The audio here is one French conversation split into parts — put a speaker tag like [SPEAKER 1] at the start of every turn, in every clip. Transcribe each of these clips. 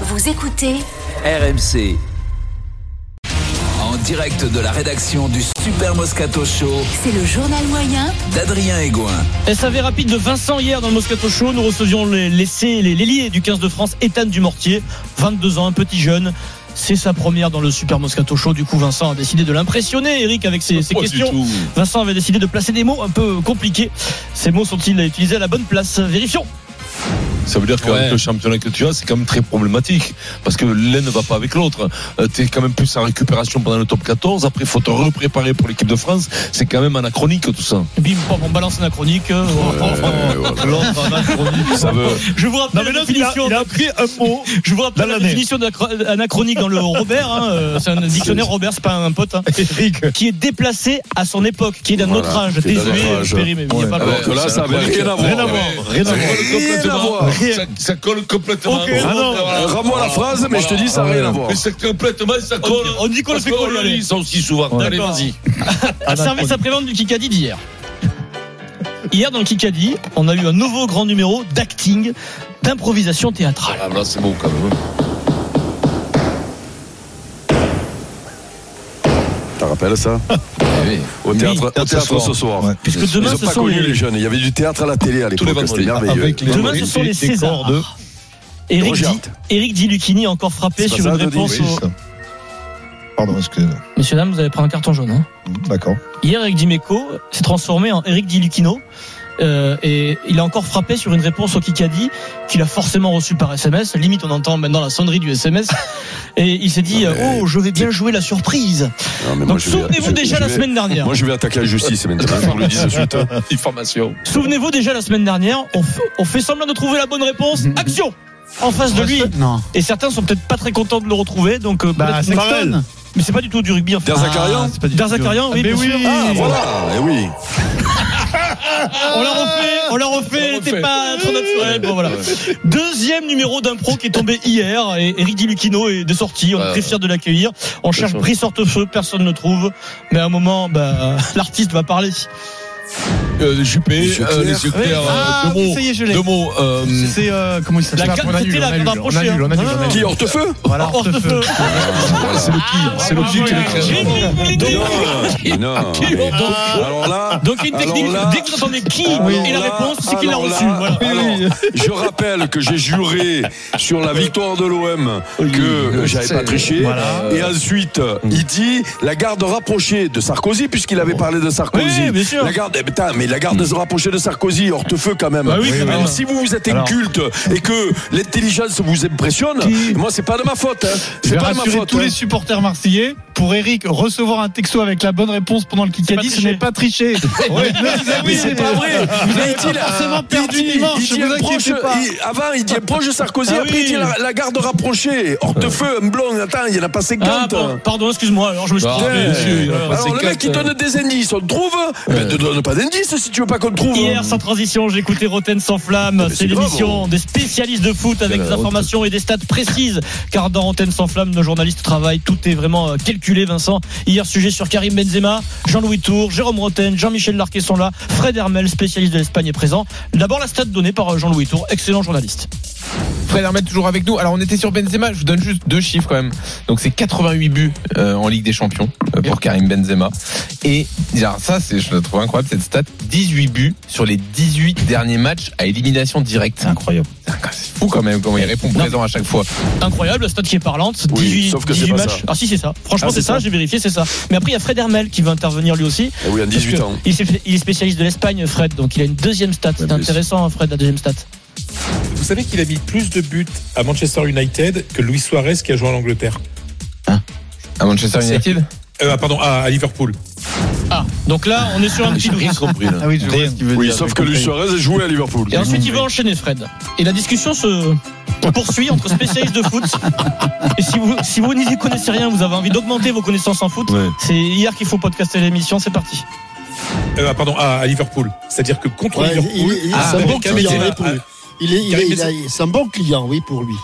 [SPEAKER 1] Vous écoutez
[SPEAKER 2] RMC. En direct de la rédaction du Super Moscato Show
[SPEAKER 1] C'est le journal moyen
[SPEAKER 2] d'Adrien Egoin.
[SPEAKER 3] SAV rapide de Vincent hier dans le Moscato Show. Nous recevions les- l'essai, les l'ailier du 15 de France, Ethan Dumortier, 22 ans, un petit jeune. C'est sa première dans le Super Moscato Show. Du coup, Vincent a décidé de l'impressionner, Eric, avec ses, ses
[SPEAKER 4] Ah, Pas
[SPEAKER 3] questions.
[SPEAKER 4] du tout.
[SPEAKER 3] Vincent avait décidé de placer des mots un peu compliqués. Ces mots sont-ils utilisés à la bonne place Vérifions.
[SPEAKER 4] Ça veut dire qu'avec
[SPEAKER 5] Ouais.
[SPEAKER 4] le championnat que tu as, c'est quand même très problématique. Parce que l'un ne va pas avec l'autre. tu es quand même plus en récupération pendant le top 14. Après, il faut te repréparer pour l'équipe de France. C'est quand même anachronique tout ça.
[SPEAKER 3] Bim, pom, on balance anachronique. euh, L'autre anachronique.
[SPEAKER 4] Ça veut-
[SPEAKER 3] Je vous rappelle la définition.
[SPEAKER 5] pris un mot.
[SPEAKER 3] Je vous rappelle la définition d'anacro- anachronique dans le Robert. hein, euh, c'est un dictionnaire Robert, c'est pas un pote. hein. Qui est déplacé à son époque, qui est d'un
[SPEAKER 6] Voilà,
[SPEAKER 3] autre âge.
[SPEAKER 6] qui est d'un
[SPEAKER 3] Désolé,
[SPEAKER 6] autre âge.
[SPEAKER 3] périmé, mais il n'y a pas le
[SPEAKER 6] Ah, Alors
[SPEAKER 3] droit.
[SPEAKER 6] que là, ça va
[SPEAKER 4] Rien à voir.
[SPEAKER 6] Rien
[SPEAKER 4] Rien à
[SPEAKER 6] à voir.
[SPEAKER 4] voir.
[SPEAKER 6] Rien à voir.
[SPEAKER 4] Ça, ça colle complètement.
[SPEAKER 3] Ok. Ah non.
[SPEAKER 4] Voilà.
[SPEAKER 6] Rends-moi la phrase, mais je te dis, ça n'a rien à voir.
[SPEAKER 4] Mais c'est complètement, ça
[SPEAKER 3] On-
[SPEAKER 4] colle.
[SPEAKER 3] on dit qu'on le fait
[SPEAKER 4] Parce
[SPEAKER 3] coller,
[SPEAKER 4] le
[SPEAKER 3] allez.
[SPEAKER 4] lit, ça aussi souvent.
[SPEAKER 3] Ouais.
[SPEAKER 4] Allez,
[SPEAKER 3] D'accord.
[SPEAKER 4] vas-y.
[SPEAKER 3] Un service après-vente du Kikadi d'hier. Hier, dans le Kikadi, on a eu un nouveau grand numéro d'acting, d'improvisation théâtrale.
[SPEAKER 4] Ah, là, c'est beau quand même.
[SPEAKER 6] T'as rappelles ça Au
[SPEAKER 3] Oui,
[SPEAKER 6] théâtre, au théâtre ce soir.
[SPEAKER 3] Puisque
[SPEAKER 6] Ils
[SPEAKER 3] demain,
[SPEAKER 6] n'ont
[SPEAKER 3] ce
[SPEAKER 6] pas
[SPEAKER 3] sont
[SPEAKER 6] connu
[SPEAKER 3] les,
[SPEAKER 6] les... jeunes. Il y avait du théâtre à la télé à
[SPEAKER 4] Tous les
[SPEAKER 6] l'époque. hein. C'était
[SPEAKER 4] vendredis.
[SPEAKER 6] merveilleux.
[SPEAKER 3] demain, ce sont les Césars. Eric,
[SPEAKER 6] Roger
[SPEAKER 3] Di,
[SPEAKER 6] Hart.
[SPEAKER 3] Eric Di Lucchini a encore frappé
[SPEAKER 6] C'est
[SPEAKER 3] sur
[SPEAKER 6] pas
[SPEAKER 3] une
[SPEAKER 6] ça, Dodi,
[SPEAKER 3] réponse
[SPEAKER 6] oui,
[SPEAKER 3] au...
[SPEAKER 5] Pardon, excusez-moi.
[SPEAKER 3] Messieurs, dames, vous allez prendre un carton jaune. hein.
[SPEAKER 5] D'accord.
[SPEAKER 3] Hier, Eric Dimeco s'est transformé en Eric Di Lucchino. euh, et il a encore frappé sur une réponse au Kikadi qu'il a forcément reçue par SMS. Limite, on entend maintenant la sonnerie du SMS. Et il s'est dit
[SPEAKER 6] Non, mais-
[SPEAKER 3] Oh, je vais bien jouer la surprise.
[SPEAKER 6] Non, mais moi,
[SPEAKER 3] Donc
[SPEAKER 6] je vais-
[SPEAKER 3] souvenez-vous
[SPEAKER 6] je-
[SPEAKER 3] déjà
[SPEAKER 6] je
[SPEAKER 3] la
[SPEAKER 6] vais-
[SPEAKER 3] semaine dernière.
[SPEAKER 6] Moi, je vais attaquer la justice maintenant. Je vous le dis de suite. hein.
[SPEAKER 4] Information.
[SPEAKER 3] Souvenez-vous déjà la semaine dernière, on, f- on fait semblant de trouver la bonne réponse. Action En face de lui.
[SPEAKER 7] Non.
[SPEAKER 3] Et certains sont peut-être pas très contents de le retrouver. Donc, euh,
[SPEAKER 7] Bah,
[SPEAKER 3] peut-être-
[SPEAKER 7] Sexton.
[SPEAKER 3] Mais c'est pas du tout du rugby en fait. Ah,
[SPEAKER 6] Derzakarian
[SPEAKER 7] c'est pas du tout.
[SPEAKER 3] Derzakarian, oui,
[SPEAKER 7] Mais
[SPEAKER 3] bien
[SPEAKER 7] oui.
[SPEAKER 3] sûr.
[SPEAKER 6] Ah, voilà. Eh oui.
[SPEAKER 3] On l'a refait, on l'a refait,
[SPEAKER 4] On
[SPEAKER 3] c'était
[SPEAKER 4] refait.
[SPEAKER 3] pas trop naturel. Bon, voilà. Deuxième numéro d'impro qui est tombé hier, et Eric Di Lucchino est de sortie, on est
[SPEAKER 4] Ouais.
[SPEAKER 3] très fiers de l'accueillir. On cherche
[SPEAKER 4] sûr.
[SPEAKER 3] Brice Hortefeux, personne ne trouve, mais à un moment, bah, l'artiste va parler.
[SPEAKER 4] Euh, Juppé,
[SPEAKER 6] Les yeux
[SPEAKER 4] euh,
[SPEAKER 6] clairs.
[SPEAKER 4] les yeux clairs.
[SPEAKER 7] Ah,
[SPEAKER 4] euh, deux
[SPEAKER 7] oui,
[SPEAKER 4] mots.
[SPEAKER 7] ça y est, je l'ai.
[SPEAKER 4] Deux mots. euh,
[SPEAKER 7] C'est euh, comment il s'appelle
[SPEAKER 3] La carte,
[SPEAKER 7] On annule,
[SPEAKER 3] c'était la
[SPEAKER 7] on annule,
[SPEAKER 3] carte
[SPEAKER 7] on annule, on annule,
[SPEAKER 3] d'approche,
[SPEAKER 7] on annule.
[SPEAKER 3] hein.
[SPEAKER 6] Qui Hortefeux
[SPEAKER 7] Voilà,
[SPEAKER 3] Hortefeux.
[SPEAKER 4] C'est le qui C'est le qui qui l'écrit.
[SPEAKER 6] Non. Non. mais- Alors là.
[SPEAKER 3] Donc il y a une technique,
[SPEAKER 6] Alors là-
[SPEAKER 3] dès que vous entendez qui
[SPEAKER 6] Oui.
[SPEAKER 3] et la
[SPEAKER 6] Ah, Alors
[SPEAKER 3] réponse, c'est qu'il l'a
[SPEAKER 6] alors
[SPEAKER 3] reçu.
[SPEAKER 6] là,
[SPEAKER 3] Voilà.
[SPEAKER 6] alors, je rappelle que j'ai juré sur la victoire de l'OM que j'avais pas triché. Et ensuite, il dit la garde rapprochée de Sarkozy, puisqu'il avait parlé de Sarkozy.
[SPEAKER 3] Oui, bien sûr. Mm.
[SPEAKER 6] La garde, eh, putain, mais la garde rapprochée de Sarkozy, hortefeux quand même.
[SPEAKER 3] Bah oui, quand
[SPEAKER 6] Alors,
[SPEAKER 3] même.
[SPEAKER 6] si vous vous êtes inculte et que l'intelligence vous impressionne, moi c'est pas de ma faute. hein. C'est
[SPEAKER 7] Je vais
[SPEAKER 6] pas de ma
[SPEAKER 7] rassurer
[SPEAKER 6] faute.
[SPEAKER 7] tous
[SPEAKER 6] hein.
[SPEAKER 7] les supporters marseillais. Pour Eric, recevoir un texto avec la bonne réponse pendant le Kikadi,
[SPEAKER 3] pas
[SPEAKER 7] ce n'est pas tricher. Ouais,
[SPEAKER 6] Mais c'est pas vrai. Mais il dit la-
[SPEAKER 7] forcément
[SPEAKER 6] il
[SPEAKER 7] perdu
[SPEAKER 6] dit-
[SPEAKER 7] dimanche,
[SPEAKER 6] il dit
[SPEAKER 7] vous
[SPEAKER 6] proche-
[SPEAKER 7] inquiétez pas.
[SPEAKER 6] il- avant il dit proche de Sarkozy,
[SPEAKER 3] Ah
[SPEAKER 6] après il
[SPEAKER 3] oui.
[SPEAKER 6] dit la, la garde rapprochée, hors de feu, un blond, attends, il Bah. y en a pas 50.
[SPEAKER 3] Ah, bon, pardon, excuse-moi, alors je me suis
[SPEAKER 4] Ah,
[SPEAKER 3] trompé.
[SPEAKER 6] Putain.
[SPEAKER 8] euh,
[SPEAKER 4] monsieur, il a
[SPEAKER 6] Alors,
[SPEAKER 4] passé
[SPEAKER 6] le mec
[SPEAKER 4] quatre,
[SPEAKER 6] il
[SPEAKER 4] euh,
[SPEAKER 6] donne des indices, on le trouve Ben ne donne pas d'indices si tu veux pas qu'on le trouve.
[SPEAKER 3] Hier, sans transition, j'ai écouté Roten sans flamme.
[SPEAKER 6] Mais
[SPEAKER 3] C'est
[SPEAKER 6] c'est grave,
[SPEAKER 3] l'émission des spécialistes de foot avec des informations et des stats précises. Car dans Roten sans flamme, nos journalistes travaillent. Tout est vraiment euh, calculé, Vincent. Hier, sujet sur Karim Benzema, Jean-Louis Tour, Jérôme Roten, Jean-Michel Larquet sont là. Fred Hermel, spécialiste de l'Espagne, est présent. D'abord, la stat donnée par euh, Jean-Louis Tour, excellent journaliste.
[SPEAKER 8] euh, Fred Hermel toujours avec nous. Alors on était sur Benzema, je vous donne juste deux chiffres quand même. Donc c'est 88 buts euh, en Ligue des Champions euh, pour Karim Benzema. Et alors ça c'est je le trouve incroyable cette stat, 18 buts sur les 18 derniers matchs à élimination directe.
[SPEAKER 3] Incroyable.
[SPEAKER 8] C'est fou quand même comment il répond
[SPEAKER 3] Non.
[SPEAKER 8] présent à chaque fois.
[SPEAKER 3] Incroyable, la stat qui est parlante.
[SPEAKER 6] Oui,
[SPEAKER 3] 18,
[SPEAKER 6] sauf que c'est
[SPEAKER 3] 18
[SPEAKER 6] pas
[SPEAKER 3] matchs.
[SPEAKER 6] ça.
[SPEAKER 3] Ah si, c'est ça. Franchement,
[SPEAKER 6] Ah,
[SPEAKER 3] c'est
[SPEAKER 6] c'est
[SPEAKER 3] ça,
[SPEAKER 6] ça.
[SPEAKER 3] j'ai vérifié, c'est ça. Mais après, il y a Fred Hermel qui va intervenir lui aussi.
[SPEAKER 6] Eh oui, à 18 ans.
[SPEAKER 3] Il s'est fait- il est spécialiste de l'Espagne, Fred, donc il a une deuxième stat. C'est
[SPEAKER 6] bien
[SPEAKER 3] intéressant, hein, Fred, la deuxième stat.
[SPEAKER 9] Vous savez qu'il a mis plus de buts à Manchester United que Luis Suarez qui a joué en Angleterre.
[SPEAKER 8] À Manchester United
[SPEAKER 9] Euh, ah, pardon, à, à Liverpool.
[SPEAKER 3] Ah, donc là, on est sur un petit doute.
[SPEAKER 7] Ah oui, je vois ce qu'il veut
[SPEAKER 6] Oui,
[SPEAKER 7] dire.
[SPEAKER 6] sauf que Luis Suarez jouait à Liverpool.
[SPEAKER 3] Et ensuite, il va enchaîner, Fred. Et la discussion se poursuit entre spécialistes de foot. Et si vous, si vous n'y connaissez rien, vous avez envie d'augmenter vos connaissances en foot,
[SPEAKER 4] Ouais.
[SPEAKER 3] c'est hier qu'il faut podcaster l'émission, c'est parti.
[SPEAKER 9] Euh, ah, pardon, à, à Liverpool. C'est-à-dire que contre
[SPEAKER 10] Ouais, il-
[SPEAKER 9] Liverpool, bah,
[SPEAKER 10] il- il-
[SPEAKER 8] Ah,
[SPEAKER 10] c'est un
[SPEAKER 8] avec
[SPEAKER 10] bon client
[SPEAKER 9] Benzema,
[SPEAKER 10] oui, pour lui.
[SPEAKER 9] ah,
[SPEAKER 10] Il est- il
[SPEAKER 9] Karim
[SPEAKER 10] est- il a- C'est un bon client, oui, pour lui.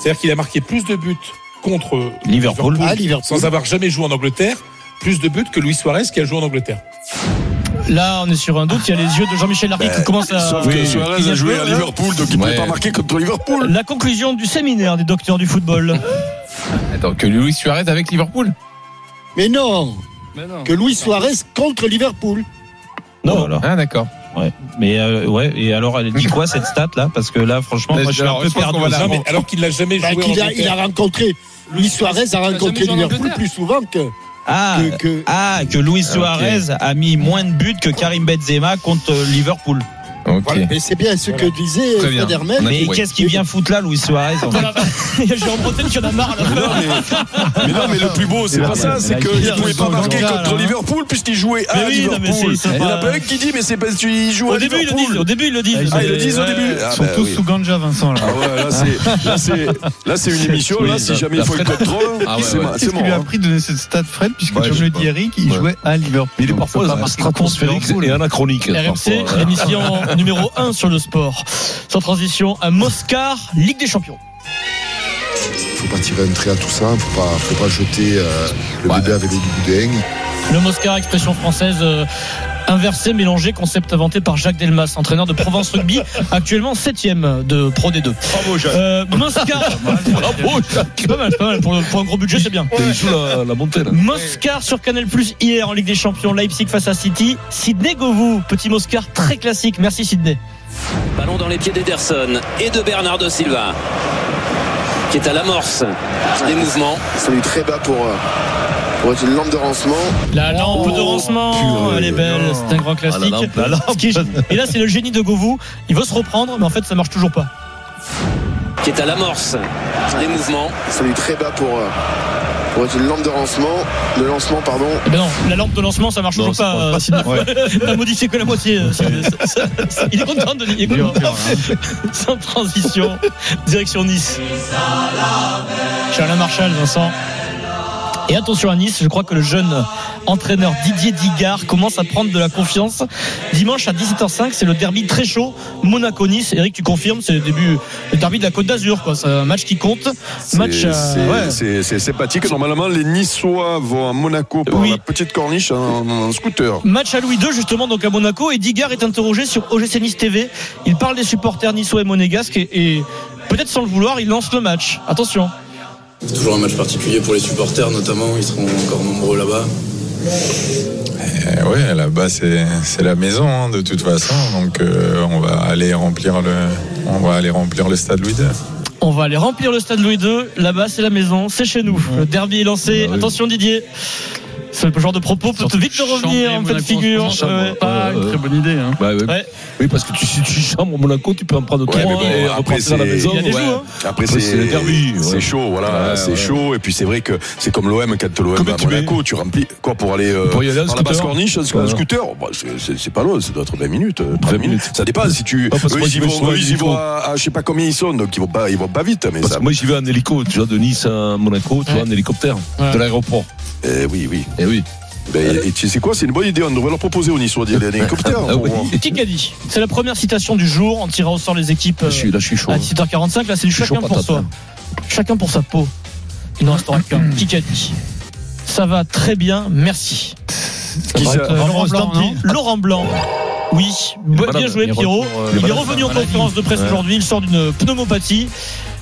[SPEAKER 9] c'est-à-dire qu'il a marqué plus de buts contre
[SPEAKER 3] Liverpool.
[SPEAKER 10] Ah, Liverpool.
[SPEAKER 9] sans avoir jamais joué en Angleterre, plus de buts que Luis Suarez qui a joué en Angleterre.
[SPEAKER 3] Là, on est sur un doute. Il y a les yeux de Jean-Michel Larquet qui commence à.
[SPEAKER 6] Bah, Sauf que
[SPEAKER 3] euh, Oui.
[SPEAKER 6] Suarez a joué à Liverpool, donc il ne
[SPEAKER 8] Ouais.
[SPEAKER 6] peut pas marquer contre Liverpool.
[SPEAKER 3] La conclusion du séminaire des docteurs du football.
[SPEAKER 8] Attends, que Luis Suarez avec Liverpool
[SPEAKER 10] Mais non Que Luis Suarez contre Liverpool.
[SPEAKER 6] Oh
[SPEAKER 3] Non,
[SPEAKER 8] Ah, d'accord.
[SPEAKER 11] Mais euh, ouais, et alors elle dit quoi cette stat là Parce que là, franchement,
[SPEAKER 8] Mais
[SPEAKER 11] moi je suis un
[SPEAKER 8] alors,
[SPEAKER 11] peu
[SPEAKER 8] je pense
[SPEAKER 11] perdu.
[SPEAKER 8] qu'on va la-
[SPEAKER 9] Non, mais alors qu'il l'a jamais
[SPEAKER 10] Bah,
[SPEAKER 9] joué en
[SPEAKER 10] qu'il a, il
[SPEAKER 9] Angleterre.
[SPEAKER 10] a rencontré. Luis Suarez a rencontré Liverpool plus souvent que.
[SPEAKER 11] Ah,
[SPEAKER 10] que, que-
[SPEAKER 11] ah, que Luis Suarez a mis moins de buts que Karim Benzema contre euh, Liverpool.
[SPEAKER 8] Ok.
[SPEAKER 10] Voilà. Mais c'est bien ce que disait
[SPEAKER 8] Très bien.
[SPEAKER 10] Fred Hermel.
[SPEAKER 8] On a
[SPEAKER 11] Mais
[SPEAKER 8] compris.
[SPEAKER 11] qu'est-ce qui vient foutre là, Luis Suarez en fait
[SPEAKER 3] Il y a Jérôme Bretagne qui en a marre là.
[SPEAKER 6] Non, mais, mais non, mais le plus beau, c'est pas ça, c'est qu'il ne pouvait pas marquer contre Liverpool puisqu'il jouait
[SPEAKER 3] Mais
[SPEAKER 6] à
[SPEAKER 3] oui, non, mais c'est-
[SPEAKER 6] Liverpool.
[SPEAKER 3] c'est
[SPEAKER 6] Il y en a
[SPEAKER 3] pas-
[SPEAKER 6] pas un qui dit, mais c'est parce qu'il joue
[SPEAKER 3] Au Euh,
[SPEAKER 6] à
[SPEAKER 3] début, ils le disent.
[SPEAKER 6] Liverpool.
[SPEAKER 3] Au début, ils le disent.
[SPEAKER 6] Ah, ils le disent au début
[SPEAKER 7] Ils
[SPEAKER 6] Ah,
[SPEAKER 7] sont
[SPEAKER 6] bah
[SPEAKER 7] tous
[SPEAKER 6] oui.
[SPEAKER 7] sous ganja, Vincent. Là.
[SPEAKER 6] Ah ouais, là, c'est- là, c'est là, c'est une émission, là si jamais il faut le contrôle,
[SPEAKER 8] Ah ouais,
[SPEAKER 6] c'est
[SPEAKER 8] ouais.
[SPEAKER 6] ma-
[SPEAKER 7] Qu'est-ce
[SPEAKER 6] c'est
[SPEAKER 7] qui lui
[SPEAKER 6] mort.
[SPEAKER 7] a
[SPEAKER 6] hein.
[SPEAKER 7] pris de donner cette stat, Fred Puisque,
[SPEAKER 4] Ouais, je
[SPEAKER 7] comme
[SPEAKER 4] sais
[SPEAKER 7] le
[SPEAKER 4] pas.
[SPEAKER 7] dit Eric, il
[SPEAKER 4] Ouais.
[SPEAKER 7] jouait
[SPEAKER 11] Ah,
[SPEAKER 7] à Liverpool.
[SPEAKER 4] Il est parfois
[SPEAKER 7] marquer
[SPEAKER 4] stratosphérique
[SPEAKER 7] contre
[SPEAKER 4] et anachronique.
[SPEAKER 3] RMC,
[SPEAKER 4] parfois.
[SPEAKER 3] l'émission numéro 1 sur le sport. Sans transition, à Moscar, Ligue des Champions.
[SPEAKER 12] faut pas tirer un trait à tout ça, faut pas, faut pas jeter euh, le
[SPEAKER 8] Ouais.
[SPEAKER 12] bébé avec l'eau du boudin.
[SPEAKER 3] Le Moscar, expression française euh, inversée, mélangée, concept inventé par Jacques Delmas, entraîneur de Provence Rugby, actuellement 7ème de Pro D2.
[SPEAKER 4] Bravo, Jacques.
[SPEAKER 3] Euh, Moscar,
[SPEAKER 4] Bravo, Jacques.
[SPEAKER 3] pas mal, pas mal, pour, le- pour un gros budget, c'est bien.
[SPEAKER 4] Il joue la, la montée, là.
[SPEAKER 3] Moscar sur Canal Plus hier en Ligue des Champions, Leipzig face à City. Sydney Govou, petit Moscar très classique. Merci Sydney.
[SPEAKER 13] Ballon dans les pieds d'Ederson et de Bernardo Silva, qui est à l'amorce des mouvements.
[SPEAKER 12] Celui très bas pour, euh, pour être une lampe de rancement.
[SPEAKER 3] La lampe de rancement,
[SPEAKER 4] purée,
[SPEAKER 3] elle est belle, c'est un grand classique.
[SPEAKER 4] Ah, la lampe.
[SPEAKER 3] Ce qui est- Et là, c'est le génie de Govou. Il veut se reprendre, mais en fait, ça marche toujours pas.
[SPEAKER 13] Qui est à l'amorce des mouvements.
[SPEAKER 12] Celui très bas pour, euh, pour être une lampe de rancement. De lancement, pardon.
[SPEAKER 3] Eh ben non, la lampe de lancement, ça marche
[SPEAKER 4] Non,
[SPEAKER 3] toujours
[SPEAKER 4] ça
[SPEAKER 3] pas. euh,
[SPEAKER 4] marche
[SPEAKER 3] Sidney. T'as modifié que la moitié. euh, Sidney. Ça- ça- ça- Il est content de il est content. Sans transition, direction Nice. Charles Marshall, Vincent. Et attention à Nice, je crois que le jeune entraîneur Didier Digard commence à prendre de la confiance. Dimanche à 17h05, c'est le derby très chaud Monaco-Nice. Eric, tu confirmes, c'est le début le derby de la Côte d'Azur. quoi. C'est un match qui compte.
[SPEAKER 6] C'est-
[SPEAKER 3] Match. euh,
[SPEAKER 6] c'est-
[SPEAKER 3] ouais.
[SPEAKER 6] C'est c'est sympathique. Normalement, les Niçois vont à Monaco par
[SPEAKER 3] Oui.
[SPEAKER 6] la petite corniche en, en scooter.
[SPEAKER 3] Match à Louis II justement donc à Monaco et Digard est interrogé sur OGC Nice TV. Il parle des supporters niçois et monégasques et, et peut-être sans le vouloir il lance le match. Attention.
[SPEAKER 13] C'est toujours un match particulier pour les supporters, notamment. Ils seront encore nombreux là-bas.
[SPEAKER 14] ouais, là-bas c'est c'est la maison hein, de toute façon, donc euh, on va aller remplir le on va aller remplir le stade Louis II.
[SPEAKER 3] On va aller remplir le stade Louis II. Là-bas c'est la maison, c'est chez nous. Le derby est lancé.
[SPEAKER 4] Bah oui.
[SPEAKER 3] Attention Didier. Ce genre de propos peut vite te revenir en fait figure. Ouais.
[SPEAKER 7] Pas une très bonne idée. Hein.
[SPEAKER 4] Bah, ouais.
[SPEAKER 3] Ouais.
[SPEAKER 4] Oui, parce que tu, si tu chambres au Monaco, tu peux en prendre
[SPEAKER 6] Ouais,
[SPEAKER 4] trois
[SPEAKER 6] mais bon,
[SPEAKER 4] et
[SPEAKER 6] après,
[SPEAKER 4] repartir à la
[SPEAKER 6] c'est-
[SPEAKER 4] maison.
[SPEAKER 3] Il y a des
[SPEAKER 4] ouais.
[SPEAKER 3] joues, hein.
[SPEAKER 6] Après,
[SPEAKER 4] Après, c'est le
[SPEAKER 6] c'est
[SPEAKER 4] derby, ouais.
[SPEAKER 6] c'est chaud, voilà,
[SPEAKER 4] Ouais,
[SPEAKER 6] c'est
[SPEAKER 4] ouais.
[SPEAKER 6] chaud. Et puis c'est vrai que c'est comme l'OM quand l'OM va
[SPEAKER 4] Combien
[SPEAKER 6] à
[SPEAKER 4] tu mets
[SPEAKER 6] Monaco, tu remplis quoi pour aller euh,
[SPEAKER 4] Pour y aller en
[SPEAKER 6] dans la basse
[SPEAKER 4] scooter
[SPEAKER 6] corniche en sc- en
[SPEAKER 4] Voilà.
[SPEAKER 6] scooter. Bah, c'est- c'est c'est pas long, ça doit être 20 minutes, euh, 30 minutes. Ça dépend si tu.
[SPEAKER 4] Ah, parce que
[SPEAKER 6] eux,
[SPEAKER 4] moi,
[SPEAKER 6] ils y
[SPEAKER 4] je me
[SPEAKER 6] vont,
[SPEAKER 4] souviens
[SPEAKER 6] eux, ils y
[SPEAKER 4] du
[SPEAKER 6] vont à, à je sais pas combien ils sont, donc ils vont pas, ils vont pas vite. Mais
[SPEAKER 4] Parce
[SPEAKER 6] ça,
[SPEAKER 4] que moi, j'y vais en hélico, tu vois, de Nice à Monaco, tu vois, en hélicoptère, de l'aéroport.
[SPEAKER 6] Eh oui, oui.
[SPEAKER 4] Eh oui.
[SPEAKER 6] Ben, et tu sais quoi, c'est une bonne idée. On devrait leur proposer au Niçois d'y aller en hélicoptère.
[SPEAKER 4] Ah
[SPEAKER 6] pour
[SPEAKER 4] oui.
[SPEAKER 6] voir.
[SPEAKER 3] Kikadi. C'est la première citation du jour. On tirera au sort les équipes
[SPEAKER 4] Là, je suis, là, je suis chaud. hein.
[SPEAKER 3] euh, à 17h45. Là c'est du
[SPEAKER 4] Je suis
[SPEAKER 3] chacun
[SPEAKER 4] chaud
[SPEAKER 3] pour
[SPEAKER 4] patate,
[SPEAKER 3] soi.
[SPEAKER 4] hein.
[SPEAKER 3] Chacun pour sa peau. Il n'en restera qu'un. Kikadi. Ça va très bien. Merci.
[SPEAKER 6] Qui
[SPEAKER 3] Ça
[SPEAKER 6] ça-
[SPEAKER 3] va être, euh, Laurent
[SPEAKER 7] Laurent
[SPEAKER 3] Blanc,
[SPEAKER 7] Blanc, non
[SPEAKER 3] dit- Laurent Blanc. Oui, Bo-
[SPEAKER 4] malade,
[SPEAKER 3] bien joué
[SPEAKER 4] il est
[SPEAKER 3] Pierrot.
[SPEAKER 4] retour, euh,
[SPEAKER 3] Il est
[SPEAKER 4] malade,
[SPEAKER 3] revenu en
[SPEAKER 4] maladie.
[SPEAKER 3] conférence de presse
[SPEAKER 4] Ouais.
[SPEAKER 3] aujourd'hui. Il sort d'une pneumopathie.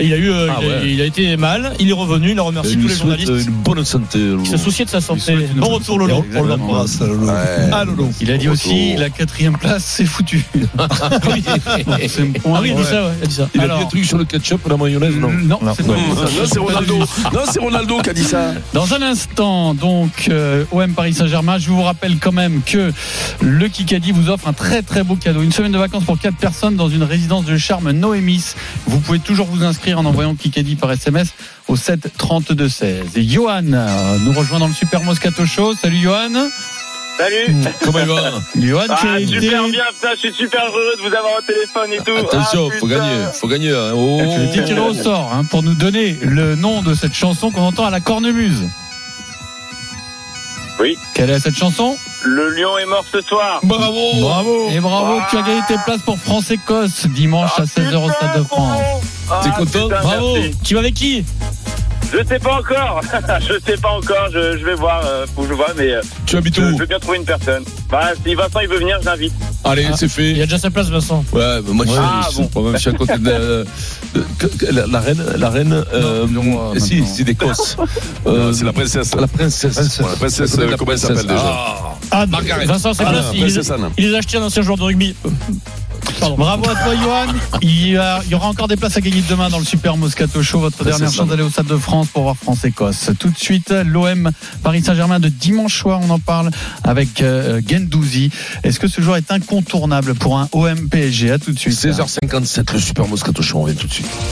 [SPEAKER 3] Et Il a eu, euh,
[SPEAKER 4] Ah
[SPEAKER 3] il, a,
[SPEAKER 4] ouais.
[SPEAKER 3] il a été mal. Il est revenu. Il a
[SPEAKER 4] Et
[SPEAKER 3] remercié
[SPEAKER 4] lui
[SPEAKER 3] tous les
[SPEAKER 4] souhaite euh,
[SPEAKER 3] journalistes
[SPEAKER 4] une bonne santé. Lolo.
[SPEAKER 3] qui se souciaient de sa santé. Bon retour Lolo.
[SPEAKER 4] On l'embrasse, Lolo.
[SPEAKER 6] Ouais.
[SPEAKER 7] Ah, Lolo. Il a dit aussi la quatrième place, c'est foutu. C'est un point,
[SPEAKER 3] Ah oui, il a dit
[SPEAKER 7] ouais.
[SPEAKER 3] ça. ouais, il a dit ça.
[SPEAKER 4] Il a dit un
[SPEAKER 7] Alors.
[SPEAKER 4] truc sur le ketchup et la mayonnaise, non
[SPEAKER 7] Non, c'est pas
[SPEAKER 6] Non, c'est Ronaldo. Non, c'est Ronaldo qui a dit ça.
[SPEAKER 7] Dans un instant, donc, euh, OM Paris Saint-Germain, je vous rappelle quand même que le Kikadi vous offre un très très beau cadeau. Une semaine de vacances pour quatre personnes dans une résidence de charme Noémis. Vous pouvez toujours vous inscrire en envoyant Kikadi par SMS au 7 32 16. Et Johan euh, nous rejoint dans le Super Moscato Show. Salut Johan.
[SPEAKER 15] Salut
[SPEAKER 4] Comment il va
[SPEAKER 7] Johan, tu
[SPEAKER 15] ah,
[SPEAKER 7] as été-
[SPEAKER 15] Super bien, putain, je suis super heureux de vous avoir au téléphone et tout.
[SPEAKER 4] Attention,
[SPEAKER 15] Ah,
[SPEAKER 4] faut
[SPEAKER 15] putain.
[SPEAKER 4] gagner, faut gagner. hein. Oh.
[SPEAKER 7] tu as été tiré au sort hein, pour nous donner le nom de cette chanson qu'on entend à la cornemuse.
[SPEAKER 15] Oui.
[SPEAKER 7] Quelle est cette chanson
[SPEAKER 15] Le lion est mort ce soir.
[SPEAKER 4] Bravo
[SPEAKER 7] Bravo Et bravo, tu as gagné tes places pour France-Écosse dimanche à 16h au Stade de France.
[SPEAKER 15] Ah,
[SPEAKER 4] T'es content
[SPEAKER 15] putain,
[SPEAKER 4] Bravo.
[SPEAKER 15] merci.
[SPEAKER 3] Tu vas avec qui
[SPEAKER 15] Je sais pas encore. je sais pas encore. Je, je vais voir. euh, Faut que je vois, mais. euh,
[SPEAKER 4] Tu habites
[SPEAKER 15] je,
[SPEAKER 4] où
[SPEAKER 15] je veux bien trouver une personne. Bah, si Vincent il veut venir, je l'invite.
[SPEAKER 4] Allez,
[SPEAKER 15] Ah.
[SPEAKER 4] c'est fait. Il y a
[SPEAKER 3] déjà sa place, Vincent.
[SPEAKER 4] Ouais, bah, moi, je,
[SPEAKER 15] Ah,
[SPEAKER 4] je-
[SPEAKER 15] bon.
[SPEAKER 4] je- moi-même, je suis à côté de la, de- que- que- la- la reine. La reine euh, si, c'est d'Écosse. Euh,
[SPEAKER 6] C'est la princesse.
[SPEAKER 4] La princesse.
[SPEAKER 6] Ouais, la princesse,
[SPEAKER 4] C'est la
[SPEAKER 6] euh, comment elle
[SPEAKER 4] princesse.
[SPEAKER 6] s'appelle déjà
[SPEAKER 4] Ah.
[SPEAKER 3] Ah,
[SPEAKER 4] Margaret.
[SPEAKER 3] Vincent, c'est
[SPEAKER 4] Ah,
[SPEAKER 3] bien,
[SPEAKER 4] non,
[SPEAKER 3] il,
[SPEAKER 4] Princess
[SPEAKER 11] Hein.
[SPEAKER 4] Anne.
[SPEAKER 3] il les a achetés à un ancien joueur de rugby. Pardon.
[SPEAKER 7] Bravo à toi, Johan. Il y, a- il y aura encore des places à gagner demain dans le Super Moscato Show. Votre
[SPEAKER 11] Ouais,
[SPEAKER 7] dernière
[SPEAKER 11] Ah, c'est ça.
[SPEAKER 7] chance d'aller au Stade de France pour voir France-Écosse. Tout de suite, l'OM Paris Saint-Germain de dimanche soir, on en parle avec euh, Gendouzi. Est-ce que ce joueur est incontournable pour un OM PSG À tout de suite.
[SPEAKER 4] 16h57, le Super Moscato Show, on revient tout de suite.